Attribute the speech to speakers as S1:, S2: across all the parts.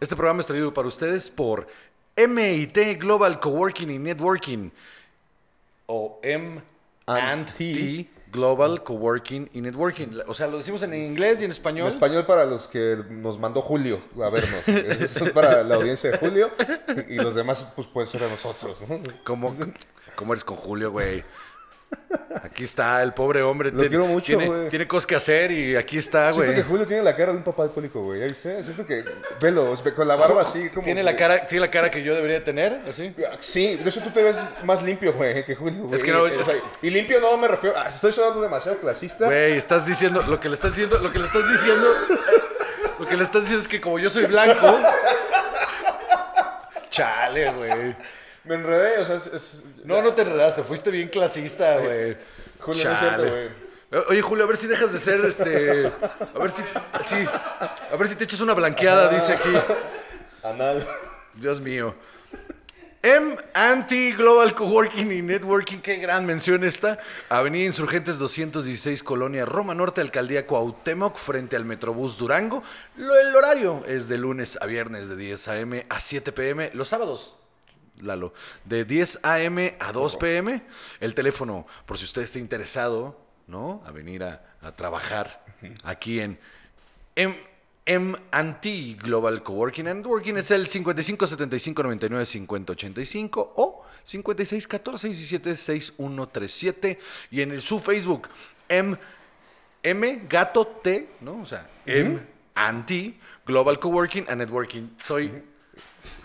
S1: Este programa es traído para ustedes por MIT Global Coworking y Networking. O M and T Global Coworking y Networking. O sea, lo decimos en inglés y en español.
S2: En español para los que nos mandó Julio a vernos. Eso es para la audiencia de Julio. Y los demás, pues pueden ser a nosotros. ¿no?
S1: ¿Cómo, cómo eres con Julio, güey? Aquí está, el pobre hombre.
S2: Lo quiero mucho,
S1: tiene,
S2: güey.
S1: tiene cosas que hacer y aquí está,
S2: Siento
S1: güey.
S2: que Julio tiene la cara de un papá alcohólico, güey. ¿Ya viste? Siento que. Velo, con la barba así. Como
S1: Tiene la
S2: que-
S1: cara, tiene la cara que yo debería tener, así.
S2: Sí, de hecho tú te ves más limpio, güey, que Julio, güey.
S1: Es que no,
S2: O sea, Y limpio no me refiero. ah, estoy sonando demasiado clasista.
S1: Güey, estás diciendo, lo que le estás diciendo, lo que le estás diciendo, lo que le estás diciendo es que como yo soy blanco. Chale, güey.
S2: Me enredé, o sea, es. es-
S1: No, no te enredaste, fuiste bien clasista, güey.
S2: Julio, no es
S1: Chale.
S2: cierto, güey.
S1: O- Oye, Julio, a ver si dejas de ser este. A ver si. sí, a ver si te echas una blanqueada, dice aquí.
S2: Anal.
S1: Dios mío. M Anti Global Coworking y Networking, qué gran mención esta. Avenida Insurgentes 216, Colonia Roma Norte, Alcaldía Cuauhtémoc, frente al Metrobús Durango. Lo- el horario es de lunes a viernes de 10 a.m. a 7 p.m. Los sábados, Lalo, de 10 a.m. a 2 p.m. El teléfono, por si usted está interesado, ¿no? A venir a, a trabajar aquí en M- MNT Global Coworking and Working es el 55 75 99 50 85 o 56 14 17 61 37 y en el, su Facebook M, M Gato T, ¿no? O sea, M Anti Global Coworking and Networking. Soy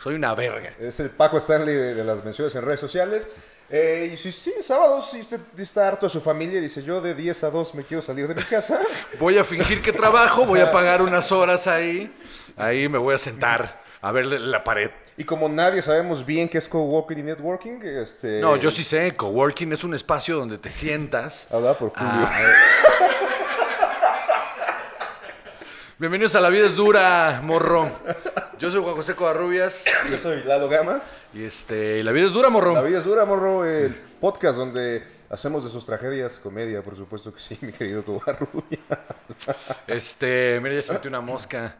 S1: soy una verga.
S2: Es el Paco Stanley de, de las menciones en redes sociales. Eh, y si sí, sábados, si usted está harto de su familia y dice yo de 10 a 2 me quiero salir de mi casa,
S1: Voy a fingir que trabajo, voy a pagar unas horas ahí, ahí me voy a sentar a ver la pared.
S2: y como nadie sabemos bien qué es coworking y networking, este.
S1: No, yo sí sé, coworking es un espacio donde te sientas. Ah, eh.
S2: Hablaba por Julio.
S1: Bienvenidos a La Vida es Dura, morro. Yo soy Juan José Covarrubias
S2: Yo soy Lalo Gama.
S1: y este, La Vida es Dura, morro.
S2: La vida es dura, morro. El podcast donde hacemos de sus tragedias comedia, por supuesto que sí, mi querido Covarrubia.
S1: Este, mira, ya se metió una mosca.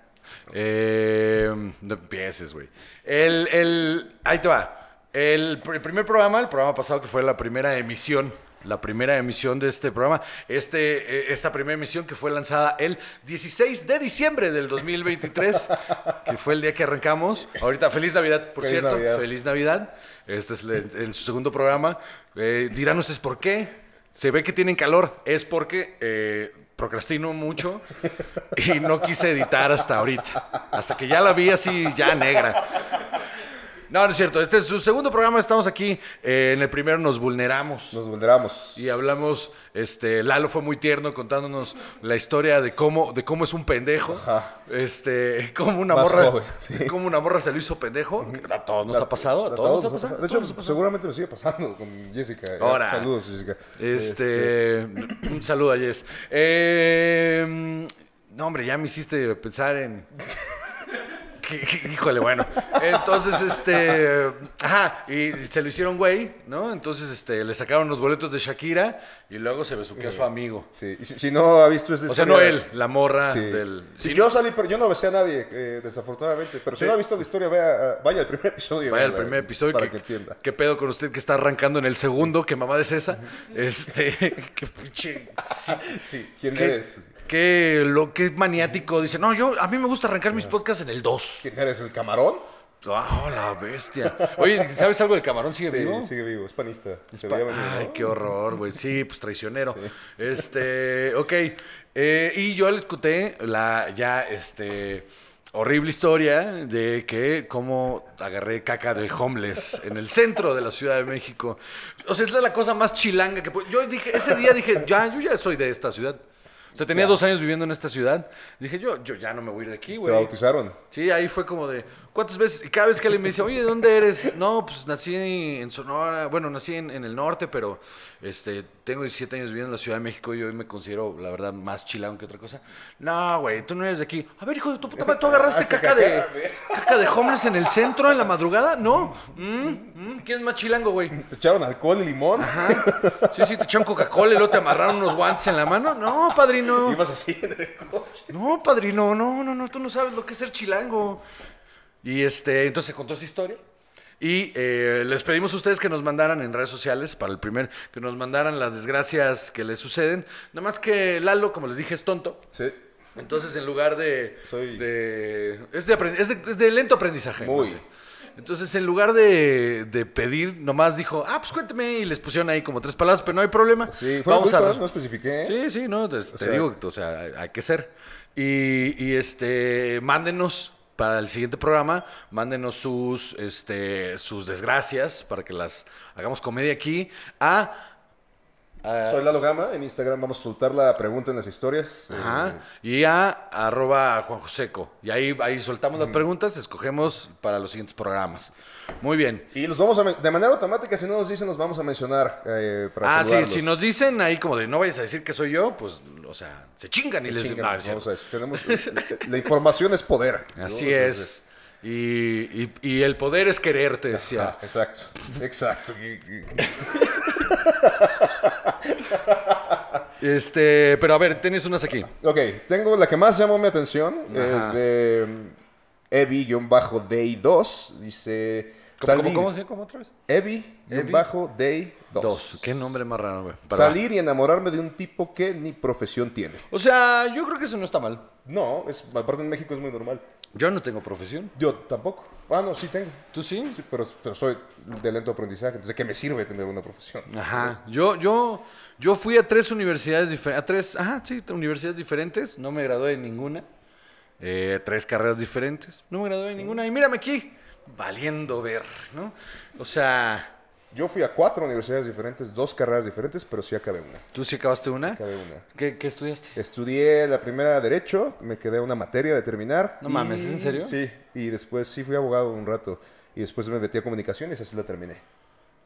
S1: Eh, no empieces, güey. El, el, ahí te va. El, pr- primer programa, el programa pasado que fue la primera emisión, la primera emisión de este programa, este, eh, esta primera emisión que fue lanzada el 16 de diciembre del 2023, que fue el día que arrancamos. Ahorita, feliz Navidad, por
S2: Feliz
S1: cierto.
S2: Navidad.
S1: Feliz Navidad. Este es el, el segundo programa. Eh, dirán ustedes por qué. Se ve que tienen calor. Es porque eh, procrastino mucho y no quise editar hasta ahorita. Hasta que ya la vi así, ya negra. No, no es cierto. Este es su segundo programa. Estamos aquí. Eh, en el primero nos vulneramos.
S2: Nos vulneramos.
S1: Y hablamos, este, Lalo fue muy tierno contándonos la historia de cómo, de cómo es un pendejo.
S2: Ajá.
S1: Este, cómo una
S2: Más
S1: morra.
S2: joven, sí.
S1: Cómo una morra se lo hizo pendejo. A todos nos
S2: La-
S1: ha pasado, a
S2: a
S1: todos nos
S2: nos
S1: ha pasado. a
S2: De
S1: todos
S2: hecho,
S1: nos ha pasado.
S2: seguramente me sigue pasando con Jessica.
S1: Ahora.
S2: Saludos, Jessica.
S1: Este, un saludo a Jess. Eh, no, hombre, ya me hiciste pensar en. Que- que- Híjole, bueno. Entonces, este. Ajá, y se lo hicieron güey, ¿no? Entonces, este, le sacaron los boletos de Shakira y luego se besuqueó a su amigo.
S2: Sí, y si, si no ha visto este
S1: O sea, no él, la morra
S2: Sí.
S1: del.
S2: Sí,
S1: Sí,
S2: yo salí, pero yo no besé a nadie, eh, desafortunadamente. Pero si
S1: Sí.
S2: no ha visto la historia, vea, ah, vaya al primer episodio.
S1: Vaya el
S2: ¿verdad?
S1: primer episodio.
S2: Para
S1: que,
S2: que, entienda.
S1: ¿Qué pedo con usted que está arrancando en el segundo? ¿Qué mamá es esa? Este, qué pinche. sí,
S2: Sí, ¿quién
S1: qué-
S2: eres?
S1: Qué, lo, qué maniático. Dice, no, yo, a mí me gusta arrancar mis podcasts en el 2.
S2: ¿Quién eres? ¿El camarón?
S1: Ah, la bestia. Oye, ¿sabes algo del camarón? ¿Sigue
S2: sí,
S1: vivo?
S2: sigue vivo, es panista. Se
S1: Pa-
S2: veía venir, ¿no?
S1: Ay, qué horror, güey. Sí, pues traicionero. Este, ok. Eh, y yo les conté la ya, este, horrible historia de que cómo agarré caca de homeless en el centro de la Ciudad de México. O sea, es la cosa más chilanga que pu- Yo dije, ese día dije, ya, yo ya soy de esta ciudad. O sea, tenía
S2: Ya.
S1: dos años viviendo en esta ciudad. Dije, yo, yo ya no me voy a ir de aquí,
S2: Te
S1: güey.
S2: bautizaron.
S1: Sí, ahí fue como de, ¿cuántas veces? Y cada vez que alguien me dice, oye, ¿de dónde eres? No, pues nací en Sonora, bueno, nací en, en el norte, pero este, tengo 17 años viviendo en la Ciudad de México y hoy me considero, la verdad, más chilán que otra cosa. No, güey, tú no eres de aquí. A ver, hijo de tu puta madre, ¿tú agarraste
S2: Hace
S1: caca de,
S2: caca de-
S1: caca de homeless en el centro, en la madrugada? No. ¿Mm? ¿Mm? ¿Quién es más chilango, güey?
S2: Te echaron alcohol y limón.
S1: Sí, sí, te echaron Coca-Cola y luego te amarraron unos guantes en la mano. No, padrino.
S2: Ibas así en el coche.
S1: No, padrino, no, no, no, tú no sabes lo que es ser chilango. Y este, entonces se contó esa historia. Y eh, les pedimos a ustedes que nos mandaran en redes sociales para el primer, que nos mandaran las desgracias que les suceden. Nada más que Lalo, como les dije, es tonto.
S2: Sí.
S1: Entonces, en lugar de.
S2: Soy-
S1: de- es, de aprendi- es de- es de lento aprendizaje.
S2: Muy.
S1: más bien. Entonces, en lugar de, de pedir, nomás dijo, ah, pues cuénteme. Y les pusieron ahí como tres palabras, pero no hay problema.
S2: Sí, fue Vamos
S1: ver.
S2: no especifiqué. ¿eh?
S1: Sí, sí, no, te, te
S2: sea-
S1: digo, o sea, hay- hay que ser. Y, y, este, mándenos para el siguiente programa, mándenos sus, este, sus desgracias para que las hagamos comedia aquí a... a-
S2: Soy Lalo Gama, en Instagram vamos a soltar la pregunta en las historias.
S1: ajá,
S2: Eh,
S1: y a arroba Juan Joseco. Y ahí, ahí soltamos las preguntas, escogemos para los siguientes programas. Muy bien.
S2: y los vamos a, men- de manera automática, si no nos dicen, los vamos a mencionar. eh,
S1: Ah,
S2: para
S1: sí,
S2: saludarlos.
S1: si nos dicen ahí como de no vayas a decir que soy yo, pues, o sea, se chingan y
S2: Se
S1: les
S2: chingan,
S1: no, es cierto.
S2: vamos a ver, tenemos, la información es poder. ¿no?
S1: Así
S2: Entonces,
S1: es. Y, y- y el poder es quererte, decía.
S2: Ah, exacto, exacto. Y- y-
S1: Este, pero a ver, tienes unas aquí.
S2: Ok, tengo la que más llamó mi atención.
S1: Ajá.
S2: Es de mm, Evi-Day2. Dice.
S1: ¿Cómo,
S2: salir.
S1: cómo, cómo, sí, cómo otra vez?
S2: Evi-Day2.
S1: Dos. Qué nombre más raro, güey. Para-
S2: Salir y enamorarme de un tipo que ni profesión tiene.
S1: O sea, yo creo que eso no está mal.
S2: No, es, aparte en México es muy normal.
S1: Yo no tengo profesión.
S2: Yo tampoco. Ah, no, sí tengo.
S1: ¿Tú sí?
S2: Sí, pero, pero soy de lento aprendizaje. Entonces, ¿de qué me sirve tener una profesión?
S1: Ajá. Yo, yo, yo fui a tres universidades diferentes. A tres, ajá, sí, universidades diferentes. No me gradué de ninguna. Eh, tres carreras diferentes. No me gradué de ninguna. Y mírame aquí, valiendo ver, ¿no? O sea,
S2: Yo fui a cuatro universidades diferentes, dos carreras diferentes, pero sí acabé una.
S1: ¿tú sí acabaste una?
S2: Acabé una.
S1: ¿Qué, qué estudiaste?
S2: Estudié la primera Derecho, me quedé una materia de terminar.
S1: No mames, ¿es en serio?
S2: Sí, y después sí fui abogado un rato. Y después me metí a comunicaciones y así la terminé.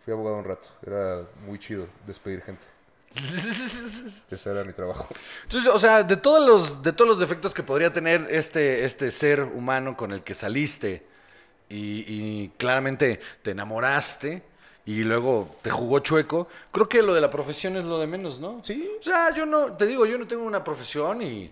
S2: Fui abogado un rato. Era muy chido despedir gente. Ese era mi trabajo.
S1: Entonces, o sea, de todos los, de todos los defectos que podría tener este, este ser humano con el que saliste y, y claramente te enamoraste y luego te jugó chueco, creo que lo de la profesión es lo de menos, ¿no?
S2: Sí.
S1: O sea, yo no, te digo, yo no tengo una profesión y,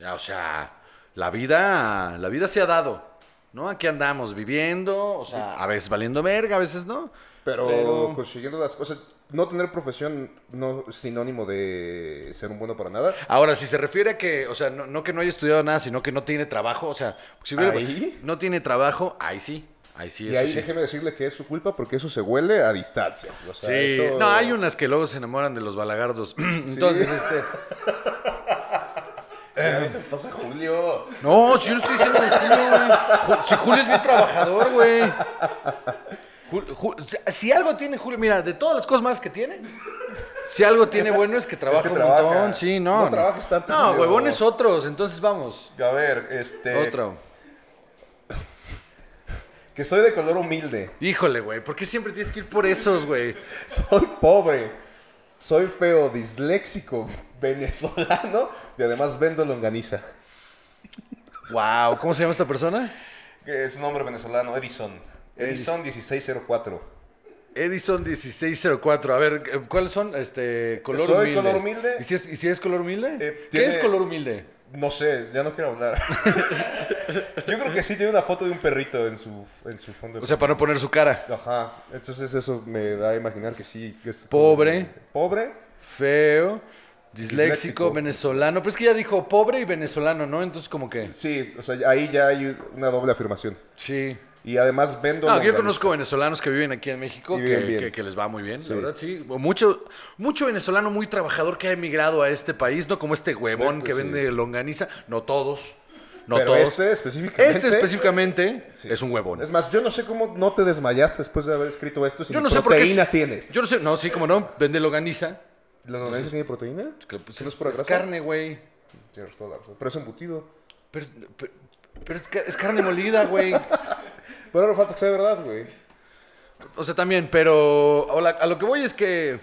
S1: ya, o sea, la vida, la vida se ha dado, ¿no? Aquí andamos viviendo, o sea, a veces valiendo verga, a veces no.
S2: Pero,
S1: Pero-
S2: consiguiendo las cosas. No tener profesión no es sinónimo de ser un bueno para nada.
S1: Ahora, si se refiere a que, o sea, no, no que no haya estudiado nada, sino que no tiene trabajo, o sea, si hubiera-
S2: ¿Ahí?
S1: no tiene trabajo, ahí sí, ahí sí.
S2: Y
S1: eso
S2: ahí
S1: sí.
S2: déjeme decirle que es su culpa porque eso se huele a distancia. O sea,
S1: Sí,
S2: eso-
S1: no, hay unas que luego se enamoran de los balagardos. Entonces, este.
S2: ¿Qué te pasa, Julio?
S1: No, si yo no estoy diciendo de Julio, güey. Ju- Si Julio es bien trabajador, güey. Jul- Ju- si- si algo tiene Julio, mira, de todas las cosas malas que tiene, si algo tiene bueno es que trabaja un
S2: trabaja.
S1: montón. Sí, no.
S2: No trabajes tanto,
S1: No,
S2: Julio.
S1: huevones otros, entonces vamos.
S2: A ver, este.
S1: Otro.
S2: Que soy de color humilde.
S1: Híjole, güey, ¿por qué siempre tienes que ir por esos, güey?
S2: Soy pobre, soy feo, disléxico, venezolano y además vendo longaniza.
S1: Wow, ¿cómo se llama esta persona?
S2: Que es un hombre venezolano, Edison. Edison 1604.
S1: Edison 1604. A ver, eh, ¿cuáles son? Este, color
S2: Soy
S1: humilde.
S2: color humilde.
S1: ¿Y si es, y si es color humilde?
S2: Eh,
S1: ¿Qué
S2: tiene-
S1: es color humilde?
S2: No sé, ya no quiero hablar. Yo creo que sí tiene una foto de un perrito en su, en su fondo. de-
S1: O sea, para no poner su cara.
S2: Ajá, entonces eso me da a imaginar que sí. que es-
S1: Pobre.
S2: Pobre.
S1: Feo, disléxico,
S2: Disléxico.
S1: venezolano. Pero es que ya dijo pobre y venezolano, ¿no? Entonces, como que.
S2: Sí, o sea, ahí ya hay una doble afirmación.
S1: Sí.
S2: Y además vendo
S1: No, que yo
S2: longaniza.
S1: conozco venezolanos que viven aquí en México
S2: Y
S1: que,
S2: viven bien.
S1: que- que les va muy bien,
S2: Sí.
S1: la verdad, sí. O Mucho, mucho venezolano muy trabajador que ha emigrado a este país, no como este huevón
S2: Pues
S1: que
S2: sí.
S1: vende longaniza. No todos. No
S2: Pero
S1: todos.
S2: este específicamente.
S1: Este específicamente
S2: Sí.
S1: es un huevón.
S2: Es más, yo no sé cómo no te desmayaste después de haber escrito esto. Si
S1: yo
S2: ni
S1: no sé por qué.
S2: proteína
S1: si-
S2: tienes.
S1: Yo no sé, no, sí, como no, vende loganiza.
S2: ¿La longaniza tiene proteína?
S1: que, pues,
S2: ¿Sí no
S1: es,
S2: es pura
S1: es
S2: grasa?
S1: carne, güey.
S2: Tienes toda la razón. Pero es embutido.
S1: Pero, pero- pero es, ca- es carne molida, güey.
S2: Pero ahora falta que sea de verdad, güey.
S1: O sea, también, pero o la- a lo que voy es que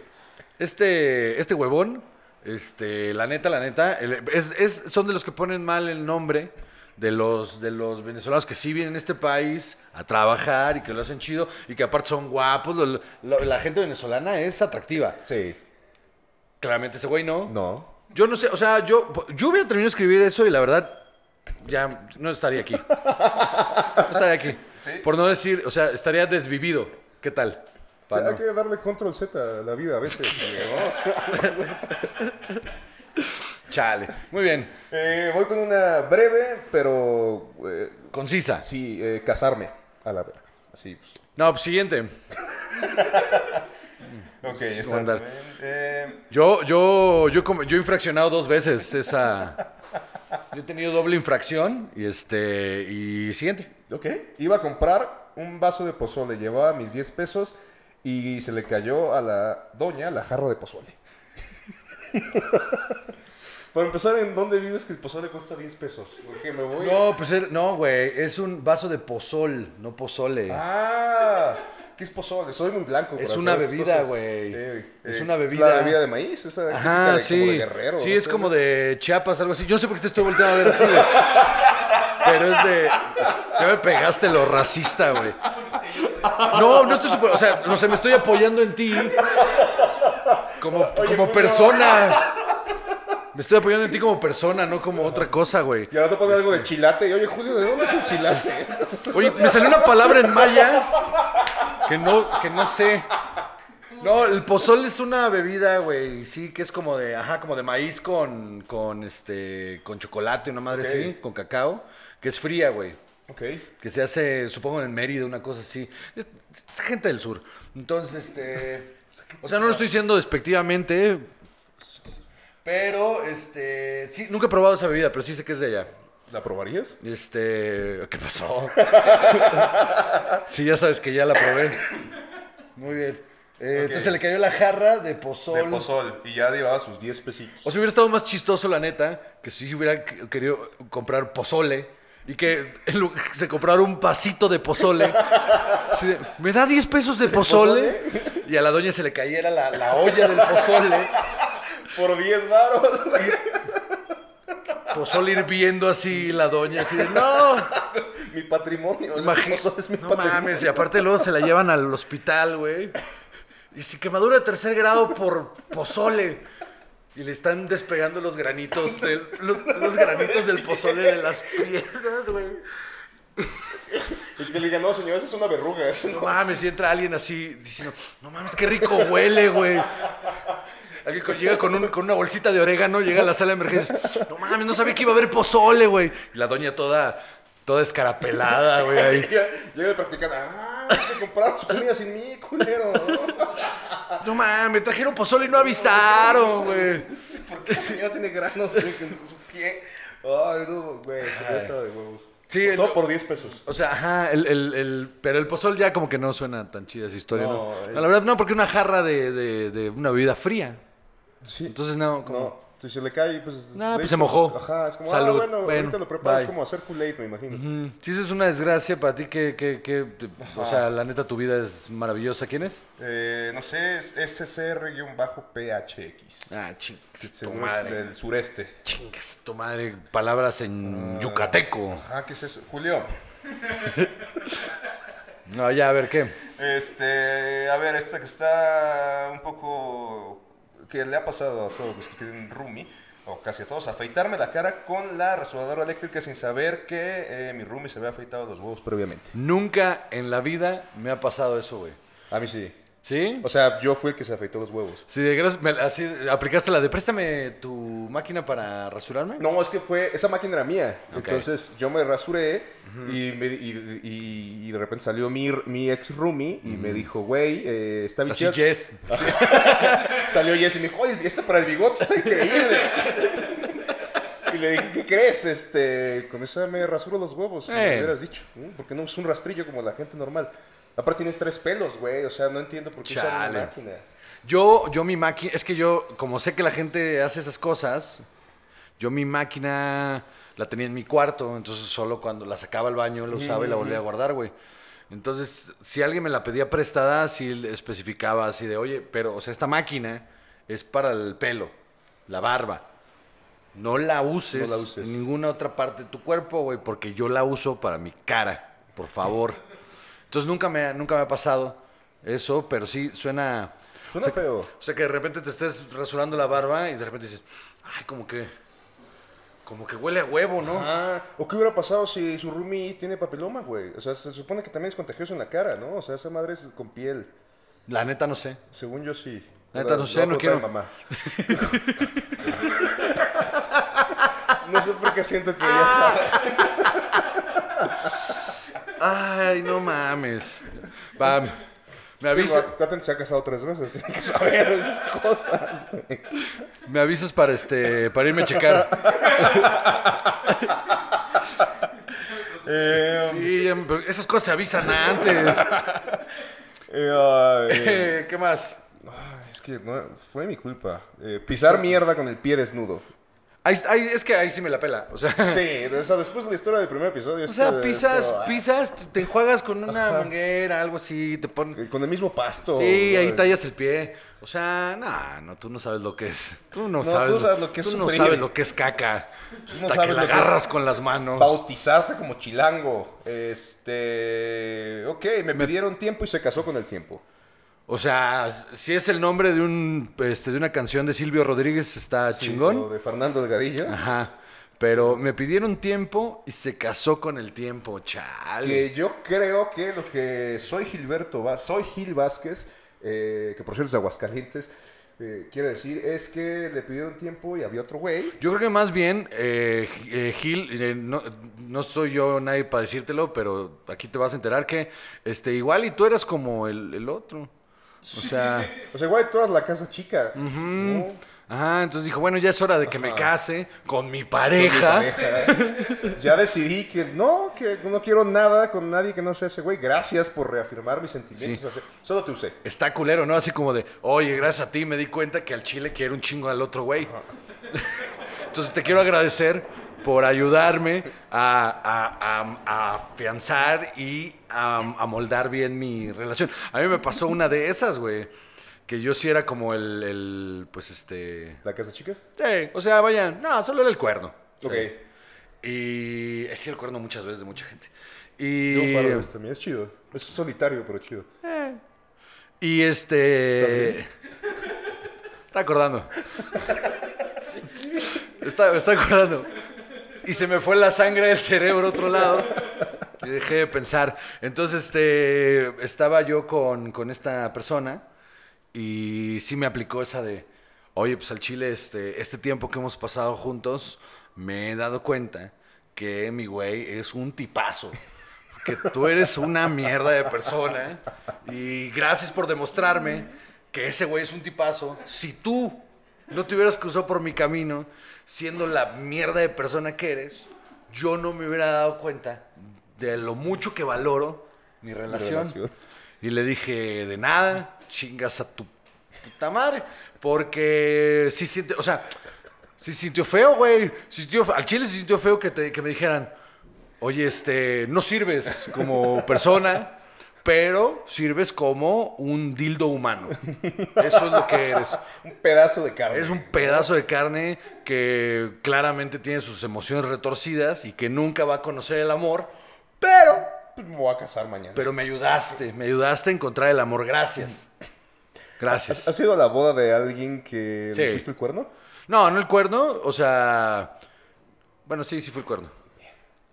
S1: este, este huevón, este, la neta, la neta, el- es, es- son de los que ponen mal el nombre de los, de los venezolanos que sí vienen a este país a trabajar y que lo hacen chido y que aparte son guapos. lo- lo- la gente venezolana es atractiva.
S2: Sí.
S1: Claramente ese güey no.
S2: No.
S1: Yo no sé, o sea, yo, yo hubiera terminado de escribir eso y la verdad, ya no estaría aquí. No estaría aquí. Por no decir, o sea, estaría desvivido. ¿Qué tal?
S2: O sea,
S1: Para
S2: hay que darle control Z a la vida a veces. ¿no?
S1: Chale. Muy bien.
S2: Eh, voy con una breve, pero eh,
S1: Concisa.
S2: sí, eh, casarme a la verga. Así, pues.
S1: No, pues, siguiente.
S2: Ok,
S1: ¿cómo andar?
S2: bien. Eh,
S1: Yo, yo, yo, com- yo he infraccionado dos veces esa. Yo he tenido doble infracción y este. Y siguiente.
S2: ok, iba a comprar un vaso de pozole, llevaba mis 10 pesos y se le cayó a la doña la jarra de pozole. Para empezar, ¿en dónde vives que el pozole cuesta 10 pesos? Porque me voy...
S1: No, pues er- no, güey. Es un vaso de pozol, no pozole.
S2: Ah, ¿qué es pozole? Soy muy blanco.
S1: Es
S2: para
S1: una
S2: hacer esas
S1: bebida,
S2: cosas. Eh,
S1: güey. Es una
S2: la
S1: bebida.
S2: bebida de maíz, esa típica
S1: Ajá,
S2: de-
S1: sí.
S2: como de guerrero.
S1: sí,
S2: no
S1: es
S2: sé,
S1: como
S2: güey.
S1: de Chiapas, algo así. Yo no sé por qué te estoy volteando a ver a ti, güey. Pero es de. Ya me pegaste lo racista, güey. No, no estoy super. O sea, no sé, me estoy apoyando en ti. Como, como
S2: Julio.
S1: persona. Me estoy apoyando en ti como persona, no como otra cosa, güey.
S2: Y ahora te ponen algo
S1: Este.
S2: de chilate. Y oye, Julio, ¿de dónde es el chilate?
S1: Oye, me salió una palabra en maya que no, que no sé. No, el pozol es una bebida, güey, sí, que es como de, ajá, como de maíz con, con este, con chocolate, una madre
S2: Ok.
S1: así, con cacao, que es fría, güey,
S2: ok.
S1: que se hace, supongo, en Mérida, una cosa así. Es, es gente del sur. Entonces, este, o sea, no lo estoy diciendo despectivamente, pero, este, sí, nunca he probado esa bebida, pero sí sé que es de allá.
S2: ¿La probarías?
S1: Este, ¿qué pasó? sí, ya sabes que ya la probé. Muy bien. Eh,
S2: Ok.
S1: Entonces le cayó la jarra de pozol.
S2: De pozol. Y ya llevaba sus 10 pesitos.
S1: O sea, hubiera estado más chistoso, la neta, que si hubiera qu- querido comprar pozole y que en lu- se comprara un pasito de pozole. Así de, Me da 10 pesos de pozole y a la doña se le cayera la, la olla del pozole.
S2: Por 10 varos.
S1: Pozole hirviendo así, la doña así de, no.
S2: mi patrimonio. ese
S1: Imagi-
S2: pozole es mi
S1: no
S2: patrimonio.
S1: mames, y aparte luego se la llevan al hospital, güey. Y si quemadura de tercer grado por pozole. Y le están despegando los granitos del, los, los granitos del pozole de las piernas, güey.
S2: Y que le digan, no, señor, esa es una verruga. esa
S1: No
S2: no-
S1: mames, y entra alguien así diciendo, no mames, qué rico huele, güey. Alguien con- llega con, un- con una bolsita de orégano, llega a la sala de emergencias. No mames, no sabía que iba a haber pozole, güey. Y la doña toda, toda escarapelada, güey. ahí.
S2: Ya- Llega el practicante. Ah, se compraron su comida sin mí, culero.
S1: No mames, trajeron pozole y no avisaron, güey.
S2: ¿Por qué la señora tiene granos en en su pie? Ay, no, güey. Cabeza de huevos.
S1: Sí,
S2: Todo
S1: no-
S2: por 10 pesos.
S1: O sea, ajá, el, el- el- pero el pozol ya como que no suena tan chida esa historia, ¿no?
S2: No, es-
S1: No, La verdad, no, porque una jarra de, de- de una bebida fría.
S2: Sí.
S1: Entonces, no, como...
S2: No, si se le cae, pues.
S1: Nah,
S2: de
S1: pues
S2: hecho,
S1: se mojó.
S2: Ajá, es como,
S1: Salud,
S2: ah, bueno,
S1: bueno,
S2: ahorita lo preparas
S1: bye.
S2: como hacer Kool-Aid, me imagino.
S1: Mm, Si eso es una desgracia para ti, que, que, que te- o sea, la neta, tu vida es maravillosa. ¿Quién es?
S2: Eh, no sé, es SCR-PHX.
S1: Ah, ching, tu
S2: Según es
S1: madre.
S2: del sureste.
S1: Chingas tu madre, palabras
S2: Ah.
S1: en yucateco.
S2: Ajá, ¿qué es eso? Julio.
S1: No, ya, a ver, ¿qué?
S2: Este, a ver, esta que está un poco. que le ha pasado a todos los que tienen roomie, o casi a todos, afeitarme la cara con la rasuradora eléctrica sin saber que eh, mi roomie se había afeitado los huevos previamente.
S1: Nunca en la vida me ha pasado eso, güey.
S2: A mí sí.
S1: ¿Sí?
S2: O sea, yo fui el que se afeitó los huevos.
S1: Sí, de gracias, me- así, aplicaste la de préstame tu máquina para rasurarme.
S2: No, es que fue, esa máquina era mía.
S1: Ok.
S2: Entonces yo me rasuré y, me- y- y- y de repente salió mi, mi ex roomie y me dijo, güey, eh, está bien
S1: Así, Jess.
S2: Salió Jesse y me dijo, oye, este para el bigote está increíble. y le dije, ¿qué crees? Este, con esa me rasuro los huevos, me
S1: Eh.
S2: hubieras dicho. ¿no? Porque no es un rastrillo como la gente normal. Aparte tienes tres pelos, güey. O sea, no entiendo por qué usan
S1: Chale.
S2: una máquina.
S1: Yo, yo mi máquina, es que yo, como sé que la gente hace esas cosas, yo mi máquina la tenía en mi cuarto, entonces solo cuando la sacaba al baño la usaba y la volvía a guardar, güey. Entonces, si alguien me la pedía prestada, sí le especificaba así de, oye, pero, o sea, esta máquina es para el pelo, la barba. No la uses,
S2: No la uses.
S1: en ninguna otra parte de tu cuerpo, güey, porque yo la uso para mi cara, por favor. Entonces, nunca me, ha- nunca me ha pasado eso, pero sí suena...
S2: Suena
S1: o sea,
S2: feo.
S1: o sea, que de repente te estés rasurando la barba y de repente dices, ay, como que. Como que huele a huevo, ¿no?
S2: Ajá. ¿O qué hubiera pasado si su roomie tiene papiloma, güey? O sea, se supone que también es contagioso en la cara, ¿no? O sea, esa madre es con piel.
S1: La neta no sé.
S2: Según yo sí.
S1: Neta,
S2: La-
S1: no
S2: la
S1: sé,
S2: voy a
S1: no
S2: preguntar a
S1: quiero.
S2: mamá. no sé por qué siento que
S1: Ah.
S2: ella sabe.
S1: Ay, no mames. Va, me,
S2: Digo,
S1: avisa-
S2: Taten se ha casado tres veces, tiene que saber esas cosas. güey.
S1: me avisas para este para irme a checar.
S2: Eh,
S1: Sí, em, pero esas cosas se avisan antes.
S2: eh, ay,
S1: Eh, ¿Qué más?
S2: ay, es que no, fue mi culpa. Eh, pisar mierda con el pie desnudo.
S1: Ahí- ahí- es que ahí sí me la pela. O sea,
S2: Sí, o sea, después de la historia del primer episodio.
S1: o sea
S2: esto-
S1: pisas,
S2: esto, ah,
S1: pisas, te enjuagas con una manguera, algo así, te pones...
S2: ah, Con el mismo pasto.
S1: Sí, ahí
S2: güey.
S1: tallas el pie. O sea, nah, no, tú no sabes lo que es. Tú no,
S2: No,
S1: sabes,
S2: tú sabes lo que es
S1: tú no
S2: sufrir.
S1: sabes lo que es caca. Hasta que
S2: sabes
S1: la
S2: lo que
S1: agarras
S2: es
S1: con las manos.
S2: Bautizarte como chilango. Este. Ok, me pidieron tiempo y se casó con el tiempo.
S1: O sea, si es el nombre de un este, de una canción de Silvio Rodríguez, está
S2: O
S1: chingón.
S2: de Fernando Delgadillo.
S1: Ajá. Pero me pidieron tiempo y se casó con el tiempo, chale.
S2: Que yo creo que lo que soy Gilberto, Va- soy Gil Vázquez, eh, que por cierto es de Aguascalientes, eh, quiere decir es que le pidieron tiempo y había otro güey.
S1: Yo creo que más bien, eh, eh, Gil, eh, no, no soy yo nadie para decírtelo, pero aquí te vas a enterar que este, igual y tú eras como el, el otro. O sea,
S2: O sea, igual toda la casa chica. ¿no?
S1: ujú. Ajá, entonces dijo, bueno, ya es hora de que me
S2: Ajá.
S1: case con mi
S2: Con mi
S1: pareja.
S2: pareja. Ya decidí que no, que no quiero nada con nadie que no sea ese güey. Gracias por reafirmar mis sentimientos.
S1: Sí.
S2: hacia- Solo te usé.
S1: Está culero, ¿no? Así como de, oye, gracias a ti me di cuenta que al chile quiero un chingo al otro güey. Entonces te quiero agradecer por ayudarme a, a- a- a afianzar y a, a moldar bien mi relación. A mí me pasó una de esas, güey. Que yo sí era como el, el, pues este...
S2: ¿La casa chica?
S1: Sí, o sea, vayan, no, solo era el cuerno.
S2: Ok.
S1: Y he sido el cuerno muchas veces de mucha gente.
S2: Yo un par de
S1: Y,
S2: veces también. Es chido. Es solitario, pero chido.
S1: y este... Está acordando. Está, está acordando. Y se me fue la sangre del cerebro a otro lado. Y dejé de pensar. Entonces, este, estaba yo con, con esta persona y sí me aplicó esa de, oye, pues al chile, este, este tiempo que hemos pasado juntos, me he dado cuenta que mi güey es un tipazo. Que tú eres una mierda de persona. Y gracias por demostrarme que ese güey es un tipazo. Si tú no te hubieras cruzado por mi camino, siendo la mierda de persona que eres, yo no me hubiera dado cuenta de lo mucho que valoro mi relación.
S2: relación.
S1: Y le dije, de nada, chingas a tu puta madre. Porque sí siente, o sea, sí sintió feo, güey. Sí sintió- al chile sí sintió feo que, te- que me dijeran, oye, este, no sirves como persona, pero sirves como un dildo humano. Eso es lo que eres.
S2: Un pedazo de carne.
S1: Eres un pedazo de carne que claramente tiene sus emociones retorcidas y que nunca va a conocer el amor, pero,
S2: Pues me voy a casar mañana.
S1: pero me ayudaste, me ayudaste a encontrar el amor. Gracias. Gracias.
S2: ¿Has ido a la boda de alguien que
S1: Sí.
S2: le fuiste el cuerno?
S1: No, no el cuerno, o sea. Bueno, sí, sí fue el cuerno.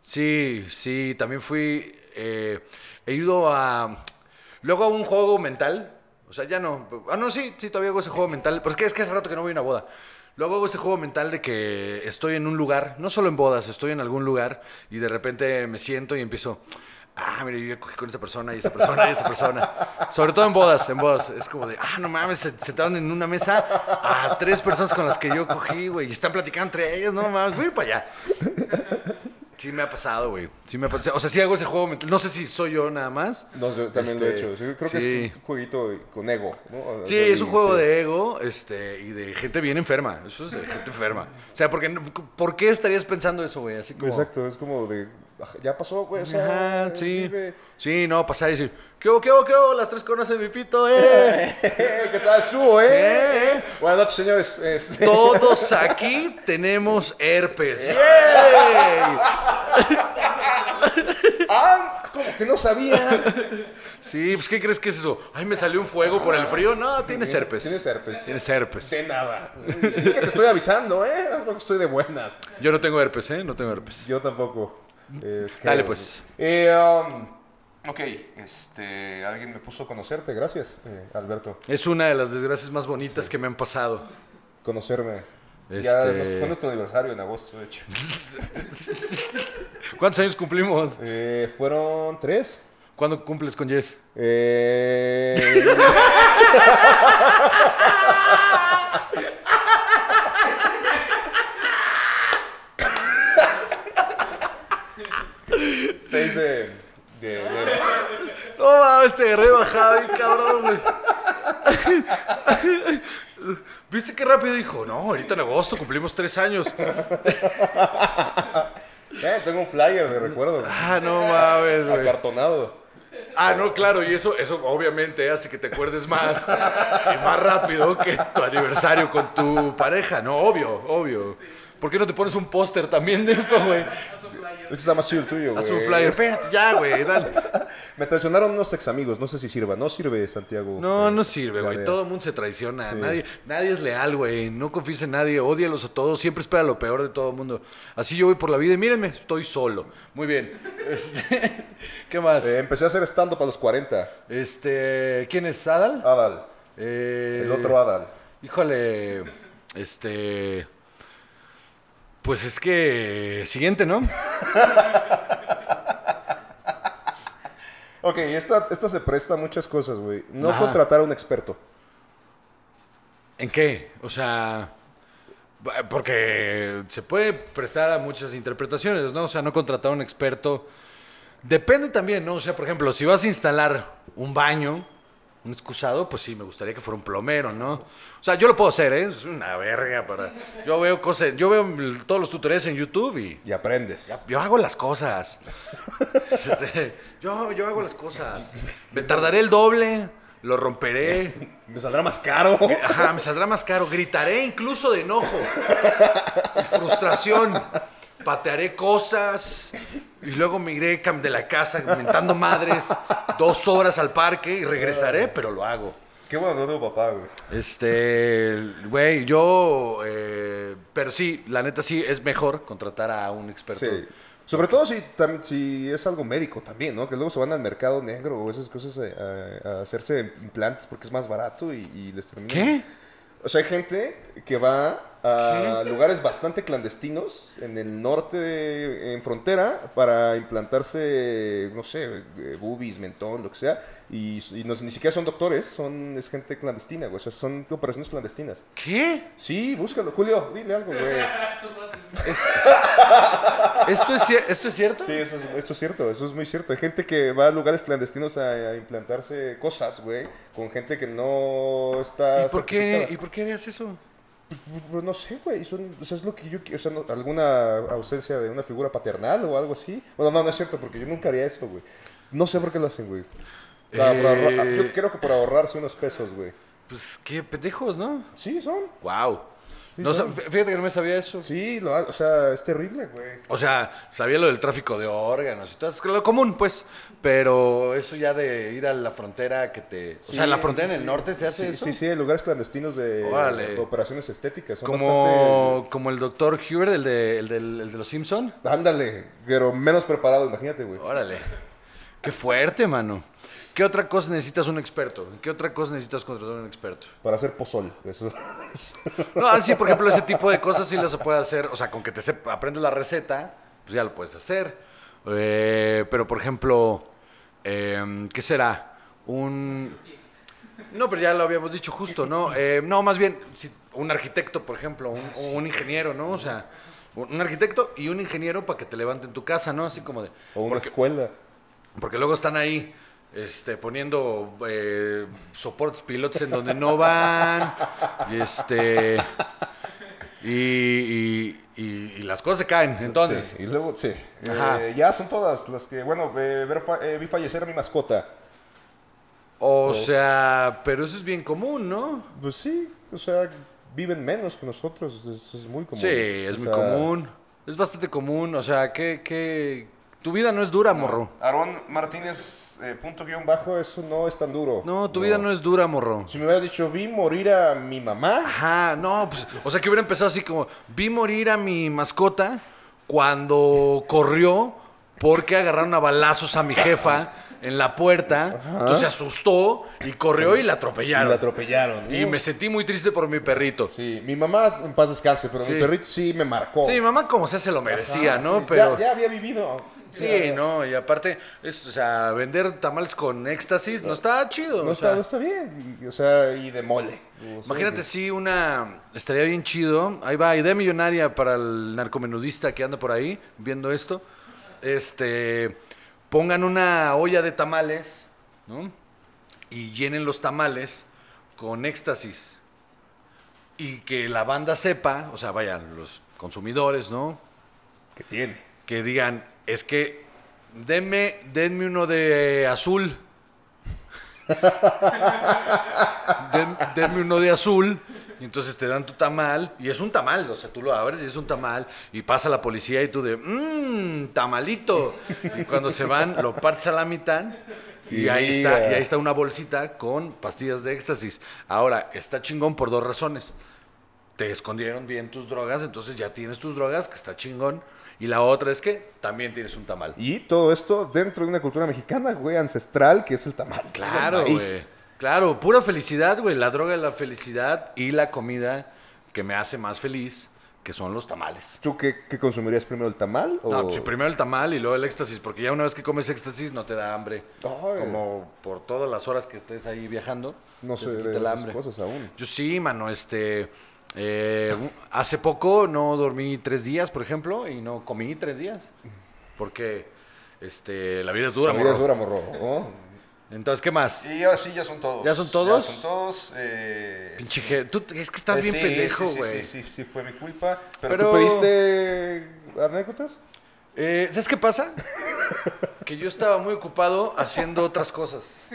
S1: Sí, sí, también fui. eh, he ido a. Luego a un juego mental. O sea, ya no. Ah, no, sí, sí, todavía hago ese juego mental. Pero es que, es que hace rato que no voy a una boda. Luego hago ese juego mental de que estoy en un lugar, no solo en bodas, estoy en algún lugar y de repente me siento y empiezo. Ah, mire, yo ya cogí con esa persona y esa persona y esa persona. Sobre todo en bodas, en bodas. Es como de, ah, no mames, se sentaron en una mesa a tres personas con las que yo cogí, güey, y están platicando entre ellas, no mames, voy a ir para allá. Sí me ha pasado, güey. Sí me ha pasado. O sea, sí hago ese juego mental. No sé si soy yo nada más.
S2: No, yo también lo he
S1: Este,
S2: hecho. Sí, creo
S1: sí.
S2: que es un jueguito con ego. ¿no?
S1: Sí, es un juego de ego este, y de gente bien enferma. Eso es de gente enferma. O sea, porque, no- ¿por qué estarías pensando eso, güey? Así como...
S2: Exacto, es como de. "Aj, Ya pasó, güey. O sea,
S1: Ajá, sí.
S2: vive".
S1: Sí, no, pasar y decir, ¿qué hubo, qué hubo, qué hubo? Las tres conocen mi pito, eh.
S2: ¿Qué tal estuvo, eh?
S1: Eh, eh.
S2: Buenas noches, señores. Este,
S1: Todos aquí tenemos herpes. ¡Yay!
S2: ¡Ah! ¿Cómo que no sabía.
S1: Sí, pues ¿qué crees que es eso? Ay, me salió un fuego por el frío. No, tienes herpes.
S2: Tienes herpes.
S1: Tienes herpes.
S2: De nada. Es que te estoy avisando, ¿eh? Es porque estoy de buenas.
S1: Yo no tengo herpes, ¿eh? No tengo herpes.
S2: Yo tampoco. Eh,
S1: Dale,
S2: creo.
S1: pues.
S2: Eh, um, ok, este, alguien me puso a conocerte, gracias, eh, Alberto.
S1: Es una de las desgracias más bonitas que me han pasado.
S2: Conocerme. Ya
S1: Este-
S2: es nuestro- fue nuestro aniversario en agosto, de hecho.
S1: ¿Cuántos años cumplimos?
S2: Eh, Fueron tres.
S1: ¿Cuándo cumples con Jess?
S2: Eh, seis de, de enero.
S1: No mames, te agarré bajada, bien cabrón, güey. ¿Viste qué rápido dijo? No, ahorita en agosto cumplimos tres años.
S2: Eh, tengo un flyer de recuerdo.
S1: Ah, no mames, güey.
S2: Acartonado.
S1: Ah, no, claro, y eso, eso obviamente hace que te acuerdes más y más rápido que tu aniversario con tu pareja, ¿no? Obvio, obvio. ¿Por qué no te pones un póster también de eso, güey?
S2: Este está más chido el tuyo, güey.
S1: Haz un flyer. Espérate, ya, güey, dale.
S2: Me traicionaron unos ex amigos, no sé si sirva. No sirve, Santiago.
S1: No,
S2: Eh,
S1: no sirve, güey.
S2: planea.
S1: Todo el mundo se traiciona.
S2: Sí.
S1: Nadie, nadie es leal, güey. No confíes en nadie. Ódialos a todos. Siempre espera lo peor de todo el mundo. Así yo voy por la vida y mírenme, estoy solo. Muy bien. Este, ¿Qué más?
S2: Eh, empecé a hacer stand-up a los 40.
S1: Este, ¿Quién es? ¿Adal?
S2: Adal.
S1: Eh,
S2: Ah, El otro Adal.
S1: Híjole. Este. Pues es que. Siguiente, ¿no?
S2: Ok, esta, esta se presta a muchas cosas, güey. No
S1: Ajá.
S2: contratar a un experto.
S1: ¿En qué? O sea, ba- porque se puede prestar a muchas interpretaciones, ¿no? O sea, no contratar a un experto. Depende también, ¿no? O sea, por ejemplo, si vas a instalar un baño, un excusado, pues sí, me gustaría que fuera un plomero, ¿no? O sea, yo lo puedo hacer, ¿eh? Es una verga para... Yo veo cosas, yo veo el- todos los tutoriales en YouTube y...
S2: Y aprendes.
S1: Yo hago las cosas. Este, yo, yo hago las cosas. Me tardaré el doble, lo romperé.
S2: Me saldrá más caro.
S1: Ajá, me saldrá más caro. Gritaré incluso de enojo. y Frustración. Patearé cosas. Y luego me iré cam- de la casa mentando madres dos horas al parque y regresaré, pero lo hago.
S2: Qué bueno que no tengo papá, güey.
S1: Este, güey, yo... eh, pero sí, la neta sí, es mejor contratar a un experto.
S2: Sí. Sobre todo si, tam- si es algo médico también, ¿no? Que luego se van al mercado negro o esas cosas a, a- a hacerse implantes porque es más barato y, y les termina.
S1: ¿Qué?
S2: O sea, hay gente que va a lugares bastante clandestinos en el norte, en frontera, para implantarse, no sé, eh, boobies, mentón, lo que sea. Y, y no- ni siquiera son doctores, son es gente clandestina, güey. O sea, son operaciones clandestinas.
S1: ¿Qué?
S2: Sí, búscalo. Julio, dile algo, güey.
S1: ¿Esto es, cier- ¿Esto es cierto?
S2: Sí, eso es, esto es cierto, eso es muy cierto. Hay gente que va a lugares clandestinos a, a implantarse cosas, güey, con gente que no está...
S1: ¿Y por, qué, ¿Y
S2: certificada.
S1: por qué harías eso?
S2: Pues, pues, no sé, güey, son- o sea, es lo que yo... qui- O sea, no- alguna ausencia de una figura paternal o algo así. Bueno, no, no es cierto, porque yo nunca haría eso, güey. No sé por qué lo hacen, güey. O sea, por
S1: Eh.
S2: ahorra- Yo creo que por ahorrarse unos pesos, güey.
S1: Pues qué pendejos, ¿no?
S2: Sí, son.
S1: Wow.
S2: Sí,
S1: no, sab-
S2: son.
S1: fíjate que no me sabía eso.
S2: Sí, lo ha- o sea, es terrible, güey.
S1: O sea, sabía lo del tráfico de órganos y todo, es lo común, pues. Pero eso ya de ir a la frontera que te. o sea, en la
S2: Sí,
S1: frontera
S2: sí,
S1: en el
S2: sí.
S1: norte se hace
S2: sí,
S1: eso.
S2: Sí, sí, lugares clandestinos de
S1: Órale.
S2: operaciones estéticas. Son bastante...
S1: Como, como el doctor Huber, el de, el del- el de los Simpson.
S2: Ándale, pero menos preparado, imagínate, güey.
S1: Órale. Qué fuerte, mano. ¿Qué otra cosa necesitas un experto? ¿En ¿Qué otra cosa necesitas contratar un experto?
S2: Para hacer pozol. Eso. eso.
S1: No, así, por ejemplo, ese tipo de cosas sí las puede hacer. O sea, con que te sepa- aprendes la receta, pues ya lo puedes hacer. Eh, pero, por ejemplo, em, ¿qué será? Un. No, pero ya lo habíamos dicho justo, ¿no? Eh, no, más bien, si- un arquitecto, por ejemplo, un, un ingeniero, ¿no? O sea, un un arquitecto y un ingeniero para que te levanten tu casa, ¿no? Así como de.
S2: O una
S1: porque-
S2: escuela.
S1: porque luego están ahí este, poniendo eh, soportes pilotos en donde no van. Y este. Y, y- y- y las cosas se caen. Entonces.
S2: Sí, y luego, sí.
S1: Ajá.
S2: Eh, ya son todas las que, bueno, eh, ver fa- eh, vi fallecer a mi mascota.
S1: O sea, pero eso es bien común, ¿no?
S2: Pues sí, o sea, viven menos que nosotros. Eso es muy común.
S1: Sí, es
S2: O
S1: muy
S2: sea,
S1: común. Es bastante común. O sea, ¿qué, qué, Tu vida no es dura, morro.
S2: Aarón Martínez, eh, punto guión bajo, eso no es tan duro.
S1: No, tu vida no es dura, morro.
S2: Si me hubieras dicho, vi morir a mi mamá.
S1: Ajá, no, pues, o sea que hubiera empezado así como, vi morir a mi mascota cuando corrió porque agarraron a balazos a mi jefa en la puerta, entonces se asustó y corrió y la atropellaron.
S2: Y la atropellaron.
S1: Y me sentí muy triste por mi perrito. Sí,
S2: Sí, mi mamá en paz descanse, pero
S1: Sí.
S2: mi perrito sí me marcó.
S1: mi mamá como sea se lo merecía,
S2: Ah,
S1: ¿no?
S2: sí,
S1: Pero...
S2: ya, ya había vivido.
S1: Sí,
S2: Ya-
S1: no, y aparte, es, o sea, vender tamales con éxtasis no está chido.
S2: No
S1: o
S2: está,
S1: sea.
S2: no está bien. y- o sea, y de mole. O sea,
S1: Imagínate si una. Estaría bien chido. Ahí va, idea millonaria para el narcomenudista que anda por ahí viendo esto. Este. Pongan una olla de tamales, ¿no? Y llenen los tamales con éxtasis. Y que la banda sepa, o sea, vayan los consumidores, ¿no?
S2: Que tiene.
S1: Que digan, es que denme, denme uno de azul. Den- denme uno de azul. Y entonces te dan tu tamal. Y es un tamal, o sea, tú lo abres y es un tamal. Y pasa la policía y tú de, mmm, tamalito. Y cuando se van, lo partes a la mitad. Y ahí, está, y ahí está una bolsita con pastillas de éxtasis. Ahora, está chingón por dos razones te escondieron bien tus drogas, entonces ya tienes tus drogas, que está chingón. Y la otra es que también tienes un tamal.
S2: Y todo esto dentro de una cultura mexicana, güey, ancestral, que es el tamal.
S1: Claro,
S2: el maíz.
S1: güey. Claro, pura felicidad, güey. La droga es la felicidad y la comida que me hace más feliz, que son los tamales.
S2: ¿Tú qué, qué consumirías primero, el tamal? O...
S1: No, pues sí, primero el tamal y luego el éxtasis, porque ya una vez que comes éxtasis no te da hambre.
S2: Ay.
S1: Como por todas las horas que estés ahí viajando.
S2: No
S1: te
S2: sé
S1: quita
S2: de
S1: el
S2: esas
S1: hambre.
S2: cosas aún.
S1: Yo sí, mano, este... eh, un- hace poco no dormí tres días, por ejemplo, y no comí tres días. Porque este, la vida es dura,
S2: La vida es
S1: morro.
S2: dura, morro. ¿no?
S1: Entonces, ¿qué más?
S2: Y ahora sí, ya son todos.
S1: ¿Ya son todos?
S2: Ya son todos. eh,
S1: Pinche je- tú- es que estás
S2: eh,
S1: bien
S2: sí,
S1: pendejo,
S2: sí, sí,
S1: güey.
S2: Sí, sí, sí, fue mi culpa. Pero,
S1: Pero-
S2: ¿tú pediste anécdotas?
S1: Eh, ¿Sabes qué pasa? que yo estaba muy ocupado haciendo otras cosas.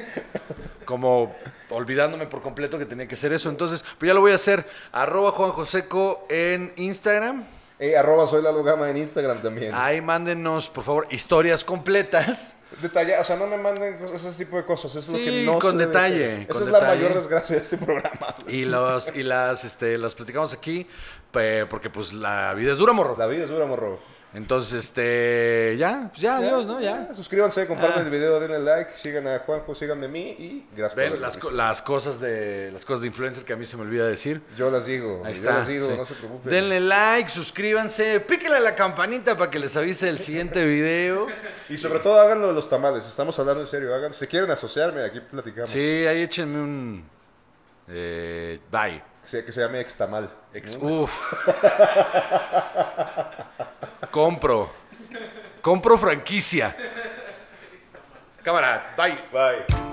S1: Como olvidándome por completo que tenía que hacer eso. Entonces, pues ya lo voy a hacer. Arroba Juan Joseco en Instagram.
S2: Eh, arroba soy Lalo Gama en Instagram también.
S1: Ahí mándenos, por favor, historias completas.
S2: Detalla- o sea, no me manden cosas- ese tipo de cosas. Eso es lo
S1: Sí,
S2: que no
S1: con
S2: se debe
S1: detalle,
S2: hacer.
S1: con
S2: Esa es la
S1: detalle.
S2: mayor desgracia de este programa.
S1: Y, los, y las, este, las platicamos aquí. pe- Porque pues la vida es dura, morro.
S2: La vida es dura, morro.
S1: Entonces, este, ya, pues ya, adiós, ¿no? Ya.
S2: Suscríbanse, compartan
S1: Ah.
S2: el video, denle like, sigan a Juanjo, síganme a mí y gracias por
S1: Ven
S2: haberlo
S1: las, co-
S2: visto.
S1: las cosas de las cosas de influencer que a mí se me olvida decir.
S2: Yo las digo,
S1: Ahí
S2: yo
S1: está.
S2: las digo,
S1: sí.
S2: no se preocupen.
S1: Denle like, suscríbanse, píquenle a la campanita para que les avise el siguiente video.
S2: Y sobre todo háganlo de los tamales, estamos hablando en serio, háganlo. Si quieren asociarme, aquí platicamos.
S1: Sí, ahí échenme un eh, bye.
S2: Que se, que se llame Extamal.
S1: Ex- Uf. Compro. Compro franquicia. Cámara, bye.
S2: Bye.